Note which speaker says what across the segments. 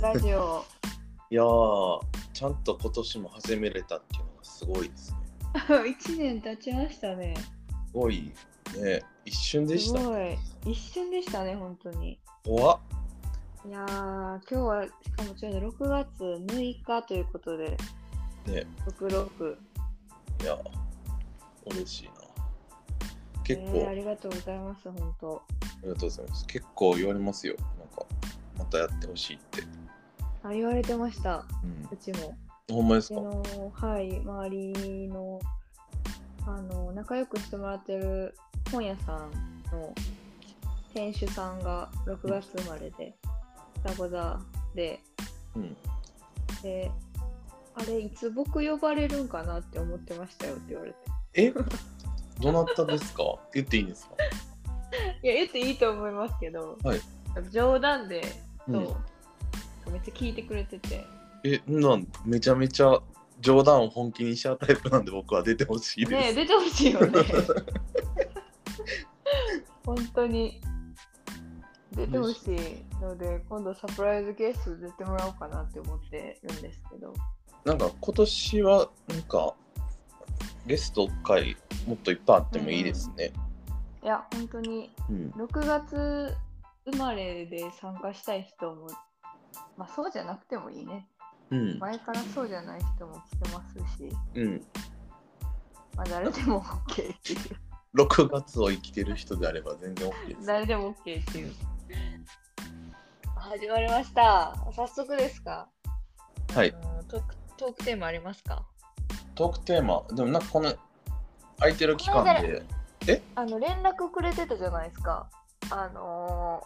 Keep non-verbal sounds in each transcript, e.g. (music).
Speaker 1: ラジオ。
Speaker 2: いやー、ちゃんと今年も始めれたっていうのがすごいですね。
Speaker 1: (laughs) 一年経ちましたね。
Speaker 2: すごいね。一瞬でし
Speaker 1: す
Speaker 2: た。
Speaker 1: ごい。一瞬でしたね、本当に。
Speaker 2: 怖っ。
Speaker 1: いやー、今日はしかもちょうど6月6日ということで、
Speaker 2: ね、
Speaker 1: 66。
Speaker 2: いやー、嬉しいな。結構、
Speaker 1: えーありがとうございます、本当。
Speaker 2: ありがとうございます。結構言われますよ。なんか、またやってほしいって。
Speaker 1: あ、言われてました、
Speaker 2: うん
Speaker 1: うちも。
Speaker 2: ほんまです
Speaker 1: あ
Speaker 2: か
Speaker 1: のはい、周りのあの仲良くしてもらってる本屋さんの店主さんが6月生まれで双子座で
Speaker 2: うん。
Speaker 1: であれいつ僕呼ばれるんかなって思ってましたよって言われて
Speaker 2: えどなたですか言っていいんですか
Speaker 1: いや言っていいと思いますけど、
Speaker 2: はい
Speaker 1: 冗談で
Speaker 2: う
Speaker 1: そ
Speaker 2: ん
Speaker 1: う、めっちゃ聞いてくれてて
Speaker 2: え、なんめちゃめちゃ冗談を本気にしちゃうタイプなんで僕は出てほしいです。
Speaker 1: ねえ出てほしいよ
Speaker 2: (laughs)
Speaker 1: ね本当に出てほしいので今度サプライズゲスト出てもらおうかなって思ってるんですけど
Speaker 2: なんか今年はなんかゲスト会もっといっぱいあってもいいですね。
Speaker 1: いや本当に
Speaker 2: うん、
Speaker 1: 6月生まれで参加したい人もまあそうじゃなくてもいいね
Speaker 2: うん、
Speaker 1: 前からそうじゃない人も来てますし、
Speaker 2: うん、
Speaker 1: まあ、誰で (laughs) も OK っていう
Speaker 2: 6月を生きてる人であれば全然 OK です。
Speaker 1: 誰でも OK っていう始まりました早速ですか
Speaker 2: はい
Speaker 1: あのトークトークテーマありますか
Speaker 2: トークテーマ、でもなんかこの空いてる期間で、
Speaker 1: あの連絡くれてたじゃないですかあの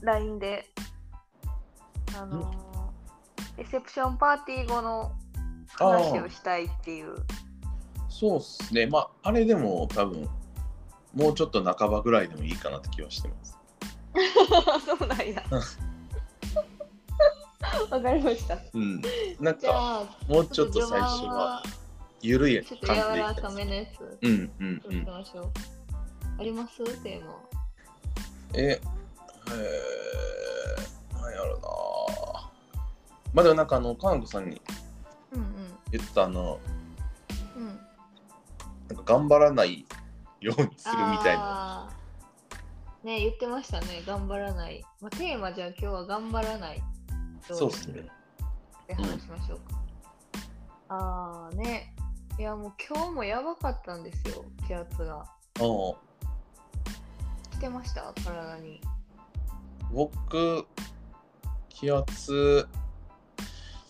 Speaker 1: ー、LINE であのー、レセプションパーティー後の話をしたいっていう
Speaker 2: そうっすね、まああれでも多分もうちょっと半ばぐらいでもいいかなって気はしてます。
Speaker 1: (laughs) そうなんや (laughs) わかりました
Speaker 2: うん、なん
Speaker 1: じ
Speaker 2: か
Speaker 1: ゃあ
Speaker 2: もうちょっと最初は緩い
Speaker 1: ちょっと
Speaker 2: 感じで
Speaker 1: 柔
Speaker 2: いき
Speaker 1: ら
Speaker 2: た
Speaker 1: か
Speaker 2: い
Speaker 1: めのやつ
Speaker 2: うんうんう
Speaker 1: 行
Speaker 2: ん
Speaker 1: き。ましょう。ありますテーマ。
Speaker 2: え、えー、なんやろなまあでもなんかあの、かなこさんに
Speaker 1: うん
Speaker 2: 言ったあの、
Speaker 1: うんうん。
Speaker 2: なんか頑張らないようにするみたいな。
Speaker 1: な。ね言ってましたね、頑張らない。まあ、テーマじゃあ今日は頑張らない。
Speaker 2: そうっすね。
Speaker 1: で話しましょうか。ああね。いやもう今日もやばかったんですよ、気圧が。
Speaker 2: あの
Speaker 1: 来てました、体に。
Speaker 2: 僕、気圧、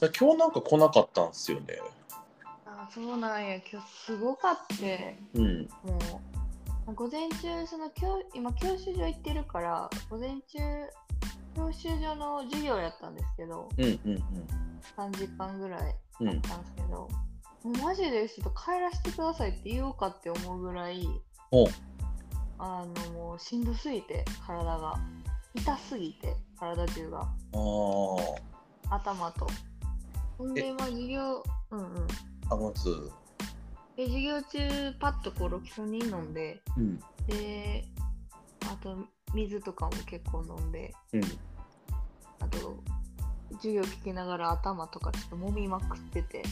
Speaker 2: いや今日なんか来なかったんですよね。
Speaker 1: あーそうなんや、今日すごかって。
Speaker 2: うん。
Speaker 1: もう午前中その教今教習所行ってるから午前中教習所の授業やったんですけど
Speaker 2: うんうん
Speaker 1: 3時間ぐらい
Speaker 2: うん。う
Speaker 1: あっ
Speaker 2: ん。
Speaker 1: たんですけど、もうマジでちょっと帰らせてくださいって言おうかって思うぐらい
Speaker 2: お
Speaker 1: あのもうしんどすぎて体が痛すぎて体中が
Speaker 2: あ
Speaker 1: 頭とほん
Speaker 2: え
Speaker 1: でまあ授業うんうん
Speaker 2: あ。あ、まず、
Speaker 1: で授業中パッとこうロキソニン飲んで
Speaker 2: うん。
Speaker 1: であと水とかも結構飲んで
Speaker 2: うん。
Speaker 1: あと授業聞きながら頭とかちょっと揉みまくって
Speaker 2: (laughs)
Speaker 1: て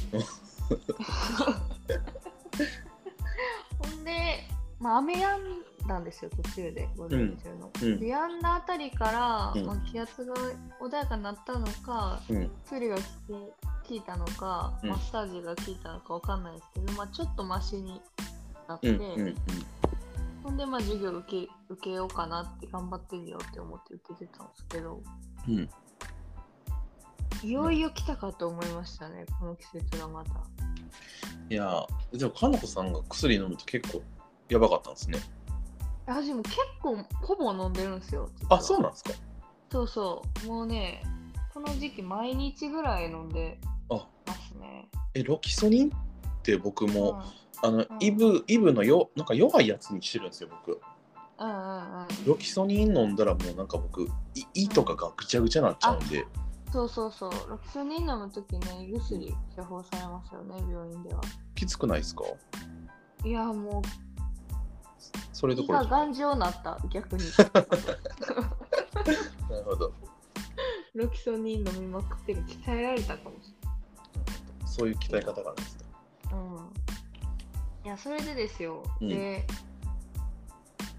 Speaker 1: ほんで、まあ、雨やんだんですよ途中で午前中の、
Speaker 2: うん
Speaker 1: で。やんだあたりから、
Speaker 2: うん
Speaker 1: まあ、気圧が穏やかになったのか
Speaker 2: うん。
Speaker 1: 薬が効き効いたのか、
Speaker 2: うん
Speaker 1: マッサージが効いたのかわかんないですけど、まあ、ちょっとマシになって、
Speaker 2: うん。うん。
Speaker 1: ほんで、まあ、授業受け受けようかなって頑張ってみようって思って受けてたんですけど、
Speaker 2: うん。
Speaker 1: いよいよ来たかと思いましたね、この季節がまた。
Speaker 2: いや、でもかなこさんが薬飲むと結構やばかったんですね。
Speaker 1: 私も結構、ほぼ飲んでるんですよ。実は
Speaker 2: あ、そうなんですか
Speaker 1: そうそう。もうね、この時期、毎日ぐらい飲んで
Speaker 2: あ
Speaker 1: ますね。
Speaker 2: えロキソニンって僕も、あの
Speaker 1: ん
Speaker 2: イブイブのよなんか弱いやつにしてるんですよ僕
Speaker 1: うん、うんうんうん。
Speaker 2: ロキソニン飲んだらもうなんか僕い胃とかがぐちゃぐちゃになっちゃうんで
Speaker 1: そうそうそう。ロキソニン飲むときね、胃薬処方されますよね、病院では。
Speaker 2: きつくないですか
Speaker 1: いや、も
Speaker 2: それ
Speaker 1: う、
Speaker 2: ど
Speaker 1: 胃
Speaker 2: ころ
Speaker 1: が
Speaker 2: じゃない
Speaker 1: 頑丈になった、逆に。
Speaker 2: なるほど
Speaker 1: ロキソニン飲みまくってる鍛えられたかもし
Speaker 2: そういう鍛え方があるんですね。
Speaker 1: れない、うん、いやそれでですよ、
Speaker 2: うん
Speaker 1: で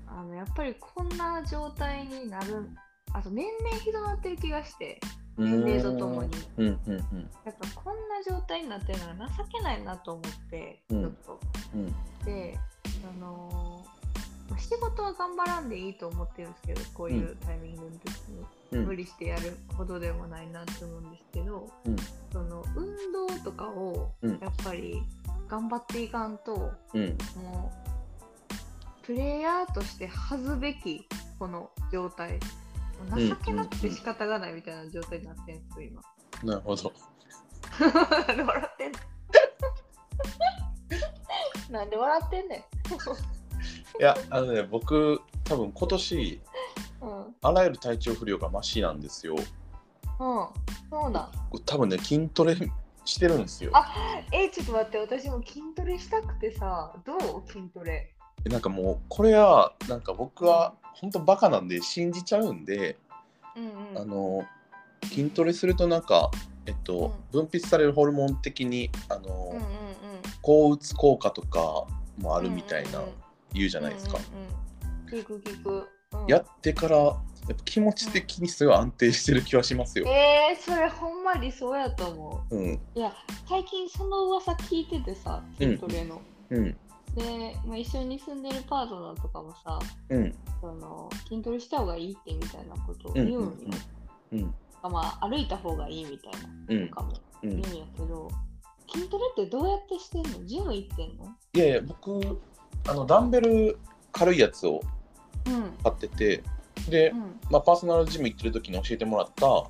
Speaker 1: あのやっぱりこんな状態になるあと年々ひどなってる気がして年齢とともに
Speaker 2: うんうんうん
Speaker 1: だからこんな状態になってるのは情けないなと思って、
Speaker 2: うん
Speaker 1: ちょっと
Speaker 2: うん
Speaker 1: であのーまあ仕事は頑張らんでいいと思ってるんですけどこういううタイミングの時に、
Speaker 2: うん
Speaker 1: 無理してやるほどでもないなって思うんですけど、
Speaker 2: うん
Speaker 1: その運動とかを
Speaker 2: うん
Speaker 1: やっぱり頑張っていかんと、
Speaker 2: うん
Speaker 1: もうプレイヤーとして恥ずべきこの状態もう情けなくて仕方がないみたいな状態になってるんですよ今。
Speaker 2: なるほど。
Speaker 1: なんで笑ってんの (laughs) なんで笑ってんね
Speaker 2: いやあのね僕多分今年
Speaker 1: ん。うん。うん。
Speaker 2: あらゆる体調不良がマシなんですよ。
Speaker 1: そうだ。
Speaker 2: 多分ね筋トレしてるんですよ。
Speaker 1: あえ、ちょっと待って、私も筋トレしたくてさ、どう筋トレ。
Speaker 2: なんかもうこれはなんか僕は本当バカなんで信じちゃうんで、
Speaker 1: うん
Speaker 2: あ
Speaker 1: うん。
Speaker 2: の筋トレするとなんかえっと、分泌されるホルモン的にあの、
Speaker 1: うんうんうん。
Speaker 2: 抗うつ効果とかもあ
Speaker 1: あ
Speaker 2: るみたいな言うじ
Speaker 1: じ
Speaker 2: ゃないですか。。
Speaker 1: うんうんうん聞く聞く。うん
Speaker 2: やってからやっぱ気持ち的にすごい安定してる気はしますよ。
Speaker 1: えー、それほんま理想やと思
Speaker 2: うん
Speaker 1: う。いや、最近その噂聞いててさ、筋トレの。
Speaker 2: うん
Speaker 1: で、まあ、一緒に住んでるパートナーとかもさ、
Speaker 2: うん
Speaker 1: その筋トレした方がいいってみたいなことを言うんよ。
Speaker 2: うんうんうん
Speaker 1: まあ、歩いた方がいいみたいな
Speaker 2: うん
Speaker 1: とかも
Speaker 2: う
Speaker 1: 言うんん。やけど、筋トレってどうやってしてんのジム行ってんの
Speaker 2: いやいや僕あのダンベル軽いやつを
Speaker 1: うん。
Speaker 2: 買っててで、
Speaker 1: うん、
Speaker 2: まあ、パーソナルジム行ってる時に教えてもらったあの、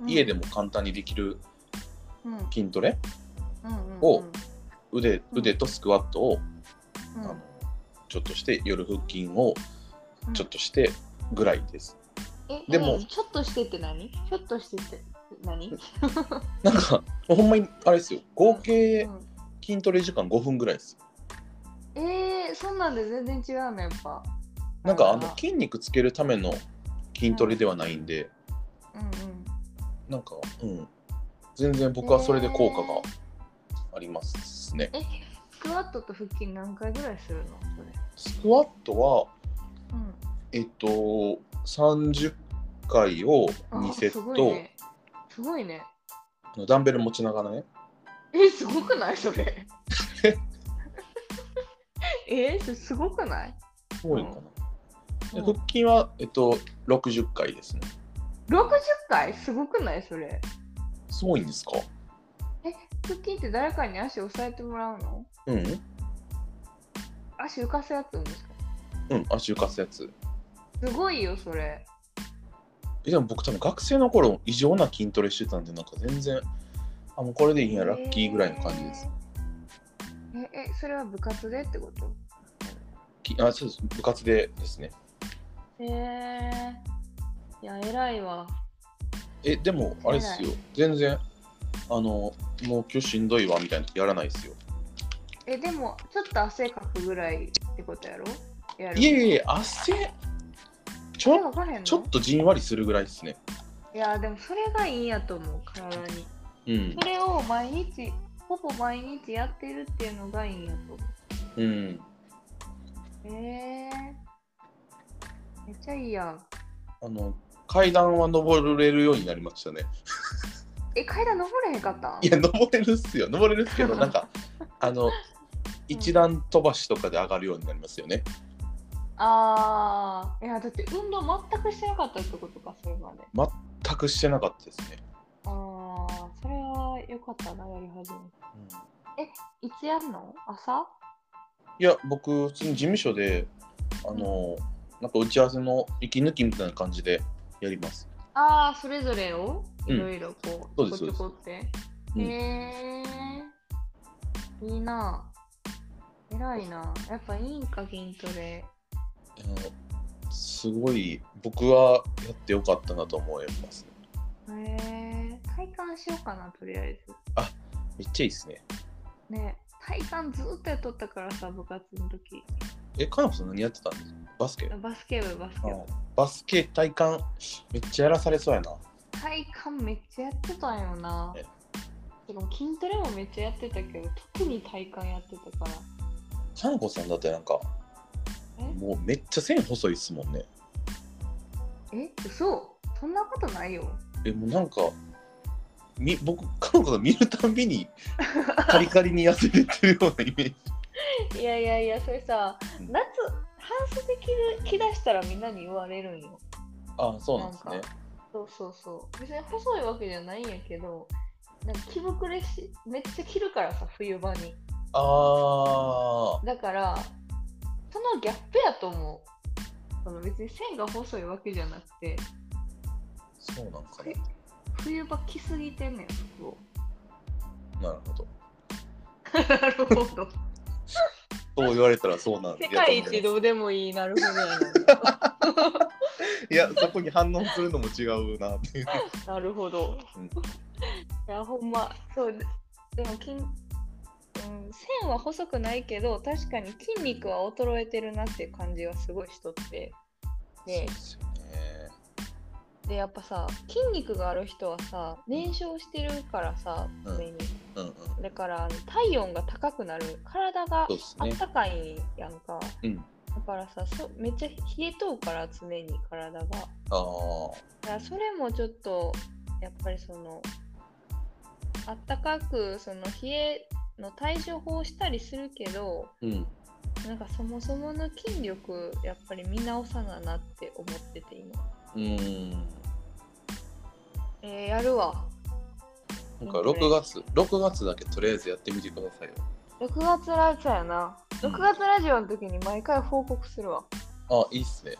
Speaker 1: うん
Speaker 2: 家でも簡単にできる
Speaker 1: うん、
Speaker 2: 筋トレ
Speaker 1: うん、
Speaker 2: を
Speaker 1: うん
Speaker 2: 腕
Speaker 1: うん
Speaker 2: 腕とスクワットを、
Speaker 1: う
Speaker 2: あの
Speaker 1: ん、
Speaker 2: ちょっとして夜腹筋を
Speaker 1: うん
Speaker 2: ちょっとしてぐらいです。
Speaker 1: え、で
Speaker 2: でも
Speaker 1: も、ちょっとしてって何ちょっとしてって何、うん、
Speaker 2: なんかほんまにあれですよ合計
Speaker 1: え
Speaker 2: 筋トレ時間5分ぐらいです。
Speaker 1: ー、そんなんで全然違うの、やっぱ。
Speaker 2: なんかあの筋肉つけるための筋トレではないんで、
Speaker 1: うんうん。
Speaker 2: なんか、うん、全然僕はそれで効果がありますね。
Speaker 1: え、スクワットと腹筋何回ぐらいするのそれ。
Speaker 2: スクワットは、
Speaker 1: うん。
Speaker 2: えっと、30回を
Speaker 1: あ
Speaker 2: 2セ
Speaker 1: す
Speaker 2: ッ
Speaker 1: ご
Speaker 2: ト、
Speaker 1: いね。すごいね。
Speaker 2: あのダンベル持ちながらね、
Speaker 1: え、すごくないそ
Speaker 2: (laughs)
Speaker 1: れ。えそれすごくない
Speaker 2: すごいのかな。
Speaker 1: うん
Speaker 2: で腹筋は、えっと、60回ですね。
Speaker 1: 60回すごくないそれ
Speaker 2: すごいんですか
Speaker 1: 腹筋って誰かに足押さえてもらうの
Speaker 2: うん、
Speaker 1: 足浮かせやつうんですか
Speaker 2: うん、足浮かすやつ。
Speaker 1: すごいよそれ
Speaker 2: えでも僕多分学生の頃異常な筋トレしてたんでなんか全然あもうこれでいいんやラッキーぐらいの感じで
Speaker 1: え
Speaker 2: す。
Speaker 1: ーええそれは部活でってこと
Speaker 2: きあそうです部活でですね
Speaker 1: へえいや偉いわ
Speaker 2: えでもあれですよ全然あのもう今日しんどいわみたいな時やらないですよ
Speaker 1: えでもちょっと汗かくぐらいってことやろやる
Speaker 2: いやいやいや汗ち
Speaker 1: え
Speaker 2: ょ
Speaker 1: わかへんの
Speaker 2: ちょっとじんわりするぐらいですね
Speaker 1: いやでもそれがいいんやと思う体に
Speaker 2: うん
Speaker 1: それを毎日ほぼ毎日やってるっていうのがいいんやと思う
Speaker 2: うん
Speaker 1: ええめっちゃいいやん。
Speaker 2: あの階段は登れるようになりましたね
Speaker 1: え、階段登れへんかったん
Speaker 2: いや登れるっすよ登れるっすけ
Speaker 1: (laughs)
Speaker 2: どなんかあの一段飛ばしとかで上がるようになりますよね
Speaker 1: ああ、いや、だって運動全くしてなかったってことか、それまで。
Speaker 2: 全くしてなかったですね、
Speaker 1: ああ、それは良かったな、やり始めて。いつやんの朝
Speaker 2: いや僕普通に事務所であの、なんか打ち合わせの息抜きみたいな感じでやります
Speaker 1: ああ、それぞれを
Speaker 2: うん
Speaker 1: いろいろこう、
Speaker 2: そうです
Speaker 1: ちょこちょこって。
Speaker 2: うん
Speaker 1: へえ、いいな。偉いな。やっぱいいんか、筋トレ。
Speaker 2: あのすごい僕はやってよかったなと思います
Speaker 1: へえ、体感しようかな、とりあえず。
Speaker 2: めっちゃいいですね
Speaker 1: ね体感ずっとやっとったからさ部活の時
Speaker 2: えカナコさん何やってたんですかバスケ
Speaker 1: バスケ部バスケ部
Speaker 2: バスケ体感めっちゃやらされそうやな
Speaker 1: 体幹めっちゃやってたんよな
Speaker 2: え。
Speaker 1: でも筋トレもめっちゃやってたけど、特に体幹やってたから。
Speaker 2: かなこさんだってなんか
Speaker 1: え、
Speaker 2: もうめっちゃ線細いっすもんね
Speaker 1: え、嘘そんなことないよ。
Speaker 2: えもうなんかみ僕かなこさん見るたん
Speaker 1: (laughs)
Speaker 2: びにカリカリに痩せてってるようなイメージ
Speaker 1: いやいやいや、それさ、
Speaker 2: うん
Speaker 1: 夏、半袖着る着だしたらみんなに言われるんよ。
Speaker 2: ああそうなんですね
Speaker 1: なんかそうそうそう。別に細いわけじゃないんやけど、なんか着膨れし、めっちゃ着るからさ、冬場に。
Speaker 2: あ
Speaker 1: だから、そのギャップやと思う。その別に線が細いわけじゃなくて、
Speaker 2: あそうなんかな
Speaker 1: え冬場着すぎてんねん、服 (laughs) を。
Speaker 2: なるほど
Speaker 1: なるほど。
Speaker 2: そう言われたらそうなん
Speaker 1: 世界一
Speaker 2: い
Speaker 1: どうでもいい、なるほどや
Speaker 2: やそこに反応するのも違うなっていう
Speaker 1: な。なるほど。
Speaker 2: うん
Speaker 1: (laughs) いや、ほんま、そう。でも筋、うん、線は細くないけど、確かに筋肉は衰えてるなっていう感じがすごいしとって。で
Speaker 2: そうっすよね
Speaker 1: でやっぱさ筋肉がある人はさ燃焼してるからさ
Speaker 2: うん
Speaker 1: 上に、
Speaker 2: うんうん
Speaker 1: だからあの体温が高くなる体が
Speaker 2: そうです
Speaker 1: あっ
Speaker 2: ね
Speaker 1: たかいやんか、
Speaker 2: うん
Speaker 1: だからさそめっちゃ冷えとうから常に体がだか
Speaker 2: ああ
Speaker 1: らそれもちょっとやっぱりそのあったかくその冷えの対処法をしたりするけど
Speaker 2: うん
Speaker 1: なんかそもそもの筋力やっぱり見直さななって思ってて今
Speaker 2: うーん
Speaker 1: えー、やるわ
Speaker 2: なんか6月6月だけとりあえずやってみてくださいよ
Speaker 1: 6月ラジオやな
Speaker 2: うん
Speaker 1: 6月ラジオの時に毎回報告するわ
Speaker 2: あいいっすね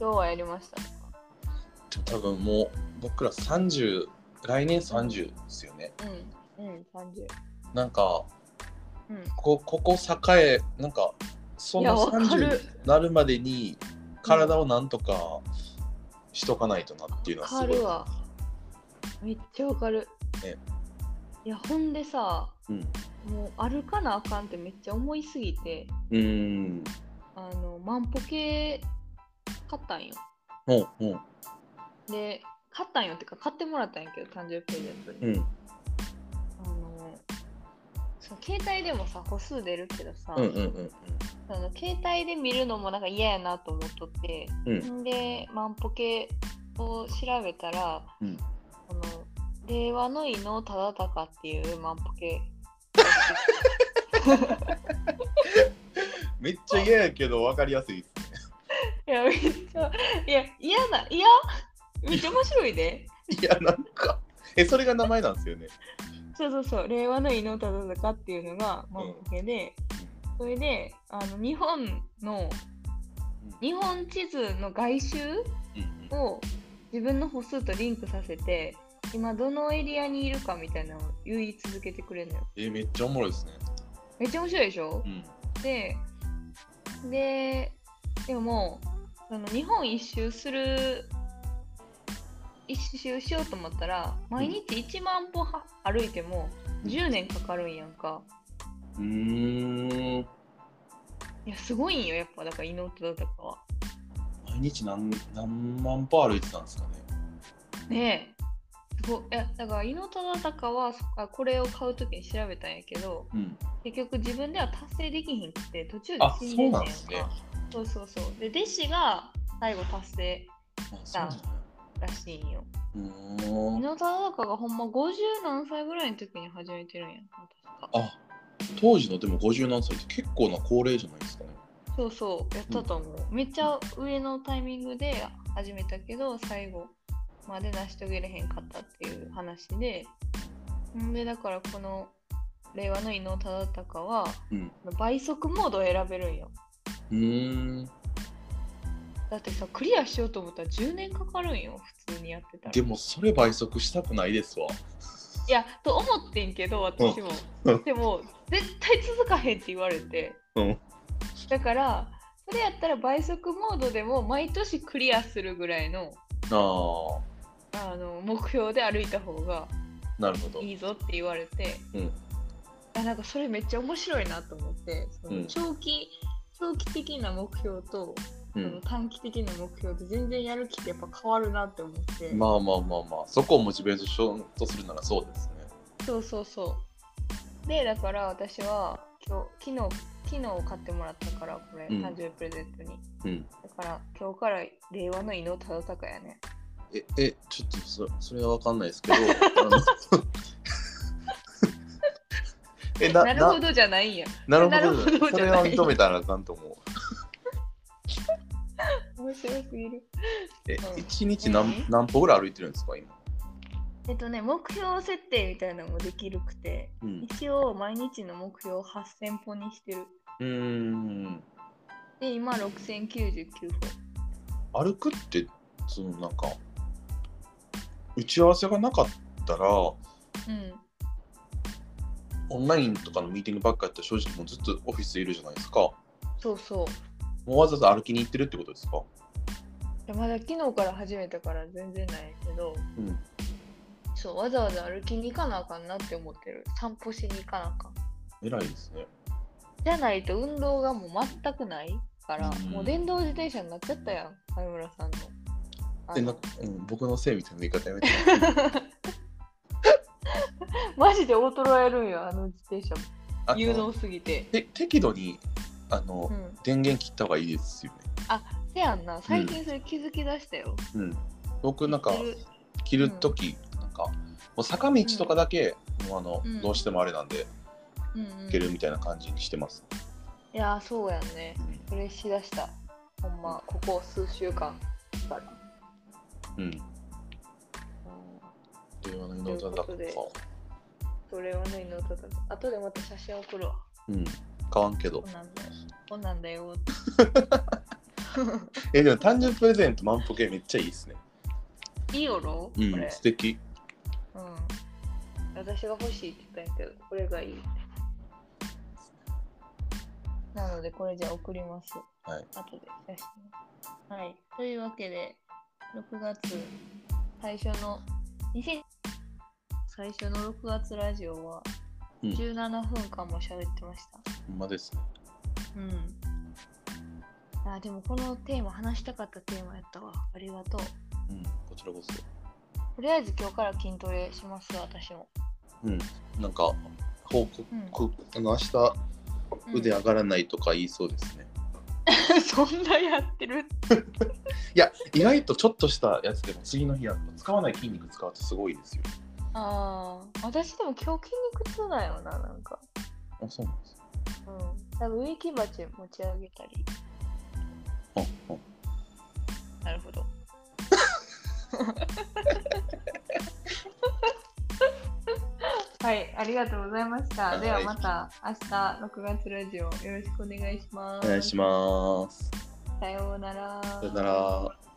Speaker 1: 今日はやりました
Speaker 2: でも多分もう僕ら30来年30ですよね
Speaker 1: うんうん30
Speaker 2: なんか
Speaker 1: うん
Speaker 2: こここ栄えなんかそ
Speaker 1: いや
Speaker 2: の
Speaker 1: わかる
Speaker 2: 30になるまでに体をなんとかしとかないとなっていうのはすごい
Speaker 1: わかるわめっちゃわかる
Speaker 2: ね
Speaker 1: いやほんでさ
Speaker 2: うん
Speaker 1: もう歩かなあかんってめっちゃ思いすぎて
Speaker 2: うーん
Speaker 1: あの万歩計買ったんよ
Speaker 2: うんうん
Speaker 1: で買ったんよってか買ってもらったんやけど誕生日プレゼントに、
Speaker 2: うん
Speaker 1: あのその携帯でもさ歩数出るけどさ、
Speaker 2: うんうんうん
Speaker 1: その携帯で見るのもなんか嫌やなと思っとって、、
Speaker 2: うん
Speaker 1: で万歩計を調べたら、
Speaker 2: うん
Speaker 1: あの令和の伊能忠敬っていう万歩計
Speaker 2: めっちゃ嫌やけど分かりやすいっす
Speaker 1: いやめっちゃいや嫌ないやめっちゃ面白いで
Speaker 2: いやなんかえそれが名前なんですよね
Speaker 1: そうそうそう令和の伊能忠敬っていうのが万歩計で、それであの日本の日本地図の外周
Speaker 2: うんうん
Speaker 1: を自分の歩数とリンクさせて今どのエリアにいるかみたいなのを言い続けてくれるのよ
Speaker 2: えめっちゃおもろいですね
Speaker 1: めっちゃ面白いでしょ
Speaker 2: うん
Speaker 1: でででもその日本一周する一周しようと思ったら毎日1万歩は歩いても10年かかるんやんか
Speaker 2: うーん
Speaker 1: いやすごいんよやっぱだから伊能忠敬は
Speaker 2: 毎日何何万歩歩いてたんですかね
Speaker 1: ねえすごいいやだから伊能忠敬はそっかこれを買う時に調べたんやけど
Speaker 2: うん
Speaker 1: 結局自分では達成できひんくて途中で
Speaker 2: あ
Speaker 1: 死ん
Speaker 2: そ
Speaker 1: でね
Speaker 2: うん
Speaker 1: んやん
Speaker 2: なん
Speaker 1: か
Speaker 2: ですね
Speaker 1: そうそうそうで弟子が最後達成
Speaker 2: あそうなんや
Speaker 1: らしいんよ
Speaker 2: う
Speaker 1: 伊
Speaker 2: ーん
Speaker 1: 能忠敬がほんま50何歳ぐらいの時に始めてるんやんか確か
Speaker 2: あ当時のでも50何歳って結構な高齢じゃないですかね
Speaker 1: そうそうやったと思う、めっちゃ上のタイミングで始めたけど最後まで成し遂げれへんかったっていう話でんでだからこの令和の伊能忠敬は
Speaker 2: うん
Speaker 1: 倍速モードを選べるんよ
Speaker 2: うーん
Speaker 1: だってさクリアしようと思ったら10年かかるんよ普通にやってたら
Speaker 2: でもそれ倍速したくないですわ
Speaker 1: いやと思ってんけど私も、
Speaker 2: うんうん
Speaker 1: でも絶対続かへんって言われて、
Speaker 2: うん
Speaker 1: だからそれやったら倍速モードでも毎年クリアするぐらいの
Speaker 2: あー
Speaker 1: あの目標で歩いた方が
Speaker 2: なるほど
Speaker 1: いいぞって言われて、
Speaker 2: うん
Speaker 1: あなんかそれめっちゃ面白いなと思ってその
Speaker 2: うん
Speaker 1: 長期、長期的な目標と
Speaker 2: う
Speaker 1: その
Speaker 2: ん、
Speaker 1: 短期的な目標で全然やる気ってやっぱ変わるなって思って、
Speaker 2: まあまあまあまあそこをモチベーションとするならそうですね
Speaker 1: そうそうそうでだから私は今日昨日昨日買ってもらったからこれ、
Speaker 2: うん
Speaker 1: 誕生日プレゼントに
Speaker 2: うん
Speaker 1: だから今日から令和の伊能忠敬やね
Speaker 2: ええちょっとそそれはわかんないですけどあの (laughs) えな
Speaker 1: なるほどじゃないんや
Speaker 2: なるほど
Speaker 1: なるほど
Speaker 2: そ
Speaker 1: じゃ
Speaker 2: れ
Speaker 1: な
Speaker 2: はい認めたらあかんと思う
Speaker 1: 面白すぎる
Speaker 2: え
Speaker 1: うん
Speaker 2: 一日何,、
Speaker 1: 何
Speaker 2: 何歩ぐらい歩いてるんですか今、
Speaker 1: えっとね目標設定みたいなのもできるくて
Speaker 2: うん、
Speaker 1: 一応毎日の目標を8000歩にしてる
Speaker 2: うーん
Speaker 1: で今6099歩
Speaker 2: 歩くってそのなんか打ち合わせがなかったらオ
Speaker 1: うん
Speaker 2: ンラインとかのミーティングばっかやったら正直もうずっとオフィスいるじゃないですかも
Speaker 1: そうそう
Speaker 2: うわざわざ歩きに行ってるってことですか
Speaker 1: いやまだ昨日から始めたから全然ないけど
Speaker 2: うん
Speaker 1: そうわざわざ歩きに行かなあかんなって思ってる散歩しに行かなあかん
Speaker 2: 偉いですね
Speaker 1: じゃないと運動がもう全くないから、
Speaker 2: うん
Speaker 1: もう電動自転車になっちゃったやん上村さんのあ
Speaker 2: でな
Speaker 1: の
Speaker 2: んか、うん、僕のせいみたいな言い方や
Speaker 1: (laughs)
Speaker 2: めて
Speaker 1: マジで衰えるんよあの自転車
Speaker 2: あ
Speaker 1: 有
Speaker 2: の
Speaker 1: 能すぎて
Speaker 2: て適度にあの、
Speaker 1: うん
Speaker 2: 電源切った方がいいですよね
Speaker 1: せやんな最近それ気づきだしたよ、
Speaker 2: うん僕なんか
Speaker 1: 言ってる
Speaker 2: 着る時、なんかもう坂道とかだけ、もうあの
Speaker 1: うん
Speaker 2: どうしてもあれなんで
Speaker 1: うんうん
Speaker 2: 行けるみたいな感じにしてます、
Speaker 1: いやーそうやんね
Speaker 2: う
Speaker 1: そ
Speaker 2: ん
Speaker 1: れしだしたほんまここ数週間から
Speaker 2: うん。令
Speaker 1: うん
Speaker 2: 和の伊能忠
Speaker 1: という
Speaker 2: 敬か
Speaker 1: こ。それはねのたたあとでまた写真送るわ
Speaker 2: うん。買わんけど
Speaker 1: こん。なんだよこんなんだよって
Speaker 2: え、でも誕生日プレゼント万歩計めっちゃいいですね。 (laughs)
Speaker 1: (laughs) いいよろ、
Speaker 2: う
Speaker 1: こ
Speaker 2: ん、
Speaker 1: れ
Speaker 2: 素、敵。
Speaker 1: うん、私が欲しいって言ったんやけどこれがいいなのでこれじゃあ送ります
Speaker 2: はい。
Speaker 1: 後で写真はいというわけで6月最初の2000最初の6月ラジオは
Speaker 2: うん
Speaker 1: 17分間も喋ってました
Speaker 2: ほんまですね。
Speaker 1: うんあでもこのテーマ話したかったテーマやったわありがとう
Speaker 2: うん、こちらこそ。
Speaker 1: とりあえず今日から筋トレします私も、
Speaker 2: うん。なんか、報
Speaker 1: うん
Speaker 2: 告、あの明日腕上がらないとか言いそうですね。
Speaker 1: (laughs) そんなやってる
Speaker 2: いや、意外とちょっとしたやつでも次の日やっぱ使わない筋肉使うってすごいですよ。
Speaker 1: ああ私でも今日筋肉痛だよななんか
Speaker 2: あ、そうなんです。
Speaker 1: うん多分植木鉢持ち上げたり
Speaker 2: あ、あ
Speaker 1: なるほど (laughs) はいありがとうございました、
Speaker 2: はい
Speaker 1: ではまた明日6月ラジオよろしくお願いします
Speaker 2: お願いします。
Speaker 1: さようなら
Speaker 2: さよなら。